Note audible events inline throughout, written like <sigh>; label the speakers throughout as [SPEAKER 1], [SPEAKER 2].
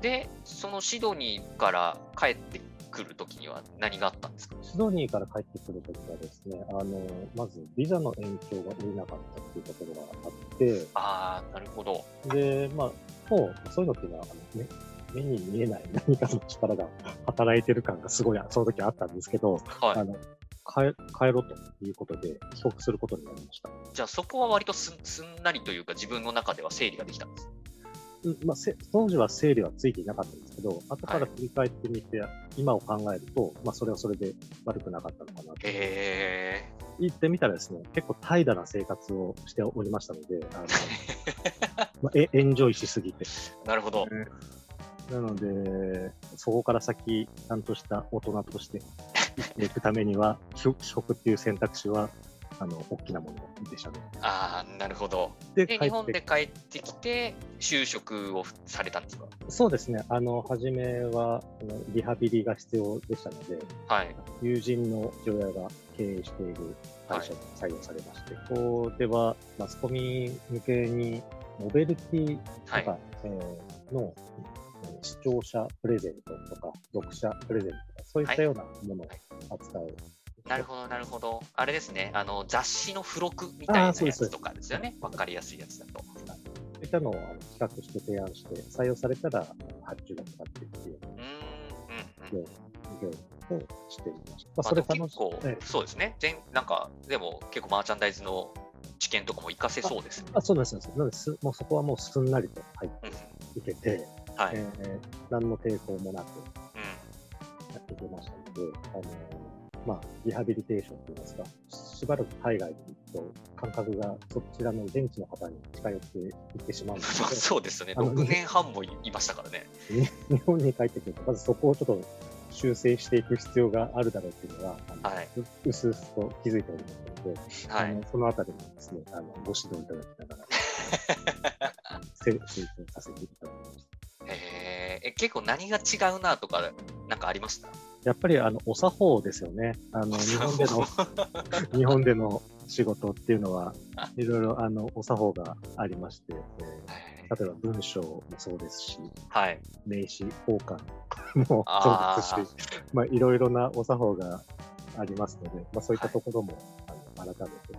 [SPEAKER 1] で、そのシドニーから帰ってくるときには何があったんですか
[SPEAKER 2] シドニーから帰ってくるときはですね、あの、まずビザの延長が下りなかったっていうところがあって、
[SPEAKER 1] ああ、なるほど。
[SPEAKER 2] で、まあ、もう、そういうのっていうのは、あのね、目に見えない <laughs> 何かの力が働いてる感がすごい、その時あったんですけど、
[SPEAKER 1] は
[SPEAKER 2] あの帰帰ろうということで、帰国することになりました。
[SPEAKER 1] い。じゃあそこは割とすすんなりというか自分の中では整理ができたんです。
[SPEAKER 2] うんまあ、せ当時は整理はついていなかったんですけど、後から振り返ってみて、今を考えると、まあ、それはそれで悪くなかったのかなと。
[SPEAKER 1] ええ
[SPEAKER 2] 言ってみたらですね、結構怠惰な生活をしておりましたので、
[SPEAKER 1] <laughs>
[SPEAKER 2] あのまあ、エエンジョイしすぎて。
[SPEAKER 1] なるほど。
[SPEAKER 2] なので、そこから先、ちゃんとした大人として生きていくためには、 <laughs> 帰帰国っていう選択肢は、あの、大きなものでしたね。
[SPEAKER 1] ああ、なるほど。
[SPEAKER 2] で
[SPEAKER 1] で、
[SPEAKER 2] 帰
[SPEAKER 1] 日
[SPEAKER 2] っ
[SPEAKER 1] 本
[SPEAKER 2] て
[SPEAKER 1] で帰ってきて、就職をされたんですか
[SPEAKER 2] そうですね、あの初めはあのリハビリが必要でしたので、
[SPEAKER 1] はい。
[SPEAKER 2] 友人の父親が経営している会社に採用されまして、ここではマスコミ向けに、ノベルティとか、
[SPEAKER 1] はい。
[SPEAKER 2] えーのえー視聴者プレゼントとか、読者プレゼントとか、そういったようなものを扱う。
[SPEAKER 1] なるほど、なるほど。あれですね、あの雑誌の付録みたいなや
[SPEAKER 2] あーそうです
[SPEAKER 1] つとかですよね。わかりやすいやつだと。
[SPEAKER 2] そういったのをあの企画して提案して、採用されたら発注がかかってっていう
[SPEAKER 1] うーん、うん、うん
[SPEAKER 2] 業。務をしていました。まあ、
[SPEAKER 1] まあ
[SPEAKER 2] それ
[SPEAKER 1] でも
[SPEAKER 2] 楽
[SPEAKER 1] 結
[SPEAKER 2] し
[SPEAKER 1] 構、
[SPEAKER 2] ええ
[SPEAKER 1] そうですね。全なんか、でも結構マーチャンダイズの知見とかも活かせそうですね。
[SPEAKER 2] あそうなんですよ。なのです、もうそこはもうすんなりと入っ
[SPEAKER 1] うん
[SPEAKER 2] ていけて、
[SPEAKER 1] はい。
[SPEAKER 2] えー何の抵抗もなく
[SPEAKER 1] う
[SPEAKER 2] やっていけましたので、あのーまあ、リハビリテーションといいますか、しばらく海外に行くと、感覚がそちらの現地の方に近寄っていってしまうん
[SPEAKER 1] ん、
[SPEAKER 2] で
[SPEAKER 1] <laughs> ますあ
[SPEAKER 2] けど
[SPEAKER 1] そうですね。
[SPEAKER 2] あの
[SPEAKER 1] 6年半もいいましたからね。
[SPEAKER 2] 日本に帰ってくると、まずそこをちょっと修正していく必要があるだろうっていうのは、あの
[SPEAKER 1] はいう
[SPEAKER 2] うすうすと気づいておりますので、
[SPEAKER 1] は
[SPEAKER 2] あ
[SPEAKER 1] い。
[SPEAKER 2] のそのあたりもですね、あのご指導いただきながら、
[SPEAKER 1] <laughs>
[SPEAKER 2] せ成長させていただきました。
[SPEAKER 1] えーえ結構何が違うなとか、なんかありました
[SPEAKER 2] やっぱりあのお作法ですよね。あの日本で
[SPEAKER 1] <laughs>
[SPEAKER 2] の日本での仕事っていうのは
[SPEAKER 1] あ
[SPEAKER 2] いろいろあのお作法がありまして、え
[SPEAKER 1] はい
[SPEAKER 2] ー例えば文章もそうですし、
[SPEAKER 1] はい。
[SPEAKER 2] 名刺交換も
[SPEAKER 1] あー
[SPEAKER 2] そうですし、まあいろいろなお作法がありますので、まあそういったところも、あの改めて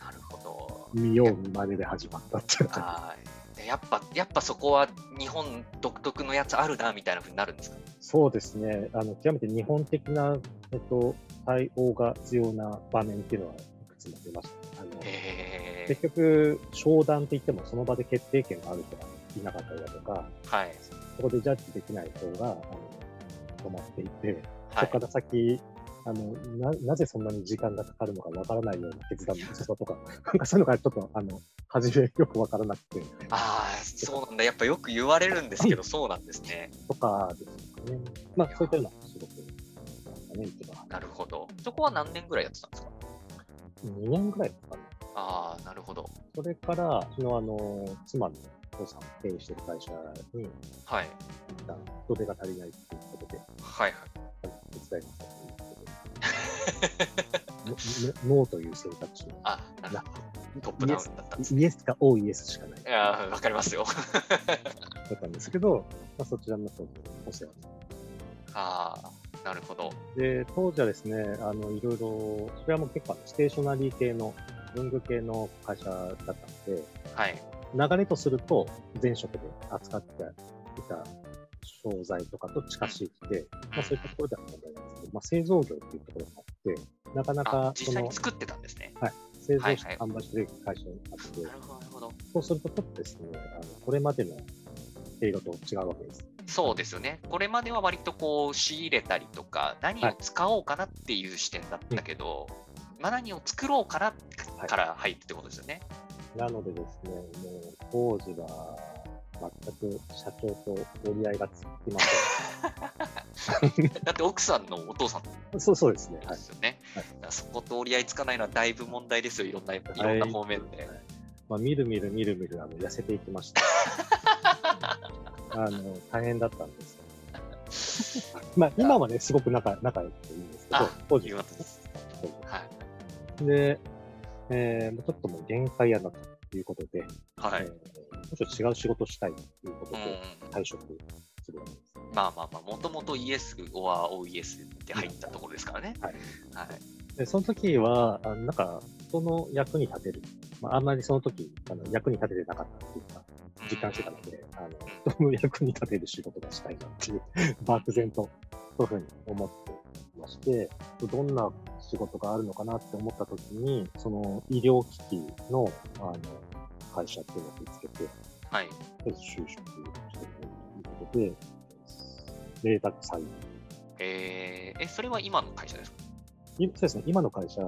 [SPEAKER 1] なるほど。
[SPEAKER 2] 見よう見まねで始まったっていう感
[SPEAKER 1] はいでやっぱ、やっぱそこは日本独特のやつあるなみたいなふうになるんですか
[SPEAKER 2] じ。そうですね。あの極めて日本的なえっと対応が必要な場面っていうのはいくつも出ましたね、あ
[SPEAKER 1] へ
[SPEAKER 2] の。
[SPEAKER 1] え
[SPEAKER 2] 結局、商談って言っても、その場で決定権がある人がいなかったりだとか、
[SPEAKER 1] はい。
[SPEAKER 2] そこでジャッジできない人があの止まっていて、
[SPEAKER 1] は
[SPEAKER 2] そこ
[SPEAKER 1] い
[SPEAKER 2] から先、あのななぜそんなに時間がかかるのかわからないような決断の遅さとか、 <laughs> なんかそういうのがちょっと、あの初めよくわからなくて、
[SPEAKER 1] ああ、そうなんだ。やっぱよく言われるんですけど、そうなんですね。
[SPEAKER 2] とかですかね。まあ、そういったような仕事なんかね、一番。
[SPEAKER 1] なるほど。そこは何年ぐらいやってたんですか
[SPEAKER 2] 2年ぐらいかかる。
[SPEAKER 1] ああ、なるほど。
[SPEAKER 2] それから、うちの、あの、妻のお父さんが経営してる会社に、
[SPEAKER 1] はい。
[SPEAKER 2] 一旦人手が足りないっていうことで、
[SPEAKER 1] はいはい。
[SPEAKER 2] 手伝いにさ
[SPEAKER 1] <laughs>
[SPEAKER 2] せていただいてノノーという選択肢
[SPEAKER 1] あなるほど。トップダウンだったんです。
[SPEAKER 2] イエスかオーイエスしかない
[SPEAKER 1] いやーわかりますよ。
[SPEAKER 2] だったんですけど、まあ、そちらの方にお世話になっ
[SPEAKER 1] <laughs> ああ、なるほど。
[SPEAKER 2] てで当時はですねあのいろいろそれはもう結構あのステーショナリー系の文具系の会社だったので
[SPEAKER 1] はい。
[SPEAKER 2] 流れとすると前職で扱っていた商材とかと近しいので、まあ、そういったところでは問題ないんですけど、まあ、製造業っていうところもあってなかな
[SPEAKER 1] あ
[SPEAKER 2] か
[SPEAKER 1] 実際に作ってたんですね。
[SPEAKER 2] 製造
[SPEAKER 1] はい
[SPEAKER 2] し
[SPEAKER 1] はい
[SPEAKER 2] て販売してる会社にあって、
[SPEAKER 1] なるほど、なるほど。
[SPEAKER 2] そうするとちょっとですね、あのこれまでの映画と違うわけです。
[SPEAKER 1] そうですよね。これまでは割とこう仕入れたりとか、何を使おうかなっていう視点だったけど、まあ、何を作ろうかな
[SPEAKER 2] はい
[SPEAKER 1] から入ってってことですよね。
[SPEAKER 2] なのでですね、もう当時は全く社長と折り合いがつきませ
[SPEAKER 1] だって奥さんのお父さんで
[SPEAKER 2] ん。 <laughs> そうそうですね。はい。
[SPEAKER 1] すよね。
[SPEAKER 2] はい
[SPEAKER 1] だからそこと折り合いつかないのはだいぶ問題ですよ、いろんな,、い、ろんな方面で。
[SPEAKER 2] まあ、みるみるみるみるあの痩せていき
[SPEAKER 1] <laughs>
[SPEAKER 2] ました。あの大変だったんですよ。 <laughs> まあ今はね、すごく仲仲良くていいんですけど
[SPEAKER 1] あ、
[SPEAKER 2] 当時
[SPEAKER 1] よ
[SPEAKER 2] は
[SPEAKER 1] かったです
[SPEAKER 2] 当時は
[SPEAKER 1] はい。
[SPEAKER 2] で、えー、もうちょっともう限界やなということで、
[SPEAKER 1] はい
[SPEAKER 2] えーもうちょっと違う仕事したいということ
[SPEAKER 1] うん
[SPEAKER 2] で、退職すするわけです。
[SPEAKER 1] まあまあまあ、もともとイエス、オア、オイエスって入ったところですからね。
[SPEAKER 2] はい
[SPEAKER 1] はい。
[SPEAKER 2] で、その時は、あなんか、人の役に立てる。まあ、あんまりその時、あの役に立ててなかったっていうか、実感してたので、あの、人の役に立てる仕事がしたいなっていう、 <laughs> 漠然と、そういうふうに思っていまして、どんな仕事があるのかなって思った時に、その医療機器の、あの、会社っていうのを見つけて、
[SPEAKER 1] はい。
[SPEAKER 2] 就職してるということで、麗澤採用。
[SPEAKER 1] えーえ、それは今の会社ですか
[SPEAKER 2] いそうですね、今の会社、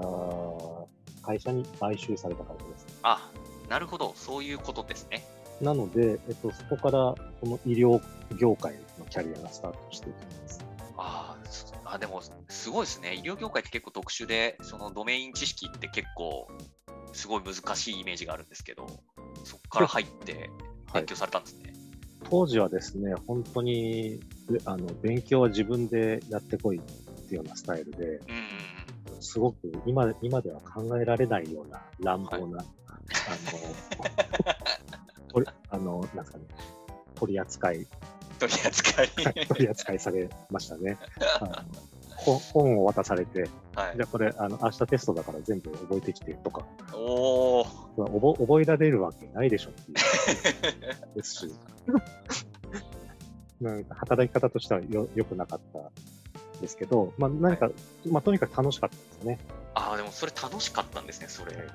[SPEAKER 2] 会社に買収された会社です。
[SPEAKER 1] あ、なるほど。そういうことですね。
[SPEAKER 2] なので、えっと、そこから、この医療業界のキャリアがスタートしていきます。
[SPEAKER 1] あーすあ、でも、すごいですね。医療業界って結構特殊で、そのドメイン知識って結構、すごい難しいイメージがあるんですけど、そこから入って勉強されたんですね。
[SPEAKER 2] 当時はですね、本当に、であの、勉強は自分でやってこいっていうようなスタイルで、
[SPEAKER 1] うんうん
[SPEAKER 2] すごく今、今では考えられないような乱暴な、あの、これあの、なんですかね、取り扱い
[SPEAKER 1] うん。取り扱い。
[SPEAKER 2] 取り扱いされましたね。あの本本を渡されて、
[SPEAKER 1] はい
[SPEAKER 2] じゃあこれ、あの明日テストだから全部覚えてきてとか、
[SPEAKER 1] おお。
[SPEAKER 2] まあ覚覚えられるわけないでしょっていうですし、 <laughs> なんか働き方としてはよ良くなかったですけど、まあ、何か、まあ、とにかく楽しかったですよね。
[SPEAKER 1] ああ、でもそれ楽しかったんですね、それ。
[SPEAKER 2] はい、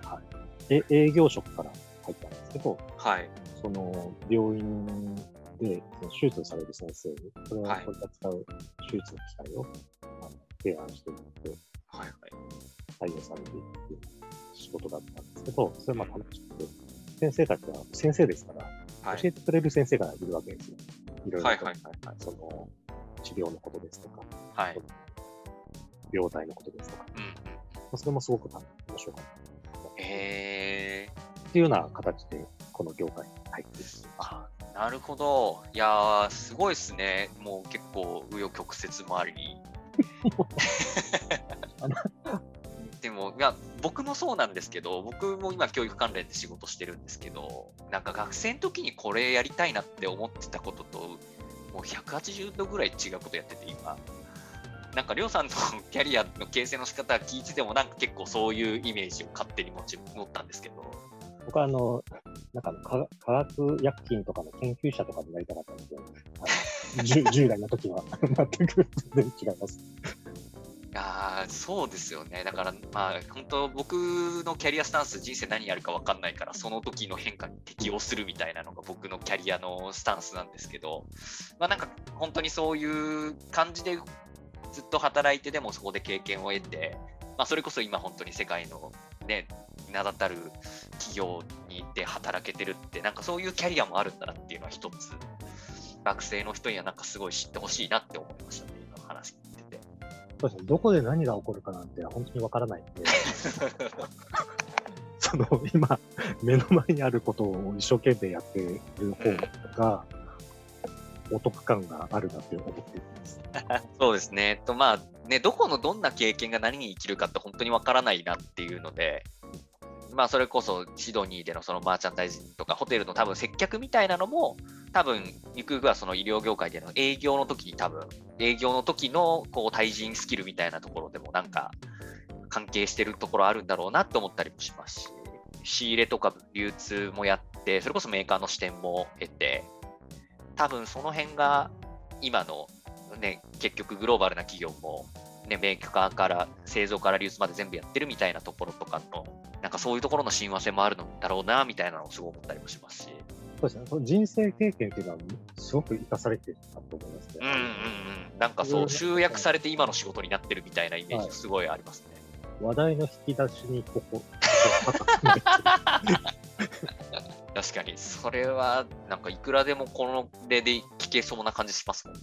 [SPEAKER 2] え営業職から入ったんですけど、
[SPEAKER 1] はい。
[SPEAKER 2] その病院でその手術される先生に、それを
[SPEAKER 1] はい
[SPEAKER 2] 取り扱う手術の機会をあの提案していって、
[SPEAKER 1] はいはい。
[SPEAKER 2] 採用されていくっていう仕事だったんですけど、それはまあ楽しくて、先生たちは先生ですから、
[SPEAKER 1] はい。
[SPEAKER 2] 教えてくれる先生がいるわけですよ。いろいろと、
[SPEAKER 1] はいはい
[SPEAKER 2] その治療のことですとか、
[SPEAKER 1] はい。
[SPEAKER 2] 病態のことですとか、
[SPEAKER 1] うんうん。
[SPEAKER 2] まあそれもすごく面白かった。
[SPEAKER 1] えー、
[SPEAKER 2] っていうような形で、この業界に入っていきました。
[SPEAKER 1] あなるほど。いやー、すごいですね。もう結構、紆余曲折もあり。でもいや僕もそうなんですけど僕も今教育関連で仕事してるんですけどなんか学生の時にこれやりたいなって思ってたことともう180度ぐらい違うことやってて今なんかりょうさんのキャリアの形成の仕方聞いててもなんか結構そういうイメージを勝手に持ち持ったんですけど
[SPEAKER 2] 僕はあの、なんかあの科科学薬品とかの研究者とかになりたかったの
[SPEAKER 1] <laughs>
[SPEAKER 2] で、あの 10, 10代の時は <laughs> 全く全然違います。
[SPEAKER 1] いやーそうですよねだからまあ本当僕のキャリアスタンス人生何やるか分かんないからその時の変化に適応するみたいなのが僕のキャリアのスタンスなんですけどまあなんか本当にそういう感じでずっと働いてでもそこで経験を得て、まあ、それこそ今本当に世界のね名だたる企業にで働けてるってなんかそういうキャリアもあるんだなっていうのは一つ学生の人にはなんかすごい知ってほしいなって思いましたね今の話聞いてて。
[SPEAKER 2] そうですね、どこで何が起こるかなんて本当にわからないんで、その今、目の前にあることを一生懸命やっている方が、お得感があるなって思っています。
[SPEAKER 1] そうですね。えっとまあねどこのどんな経験が何に生きるかって本当にわからないなっていうので。まあそれこそシドニーでのそのマーチャンダイズとかホテルの多分接客みたいなのも多分ゆくゆくはその医療業界での営業の時に多分営業の時のこう対人スキルみたいなところでもなんか関係してるところあるんだろうなと思ったりもしますし仕入れとか流通もやってそれこそメーカーの視点も得て多分その辺が今のね、結局グローバルな企業も、ね、メーカーから製造から流通まで全部やってるみたいなところとかの、なんかそういうところの親和性もあるのだろうなみたいなのをすごい思ったりもしますし。
[SPEAKER 2] そうですね、その人生経験っていうのは、すごく生かされてるなと思いますね。
[SPEAKER 1] うんうんうん。なんかそう、集約されて今の仕事になってるみたいなイメージがすごいありますね。
[SPEAKER 2] 話題の引き出しにここ、
[SPEAKER 1] 確かに、それは、なんかいくらでもこの例で聞けそうな感じしますもんね。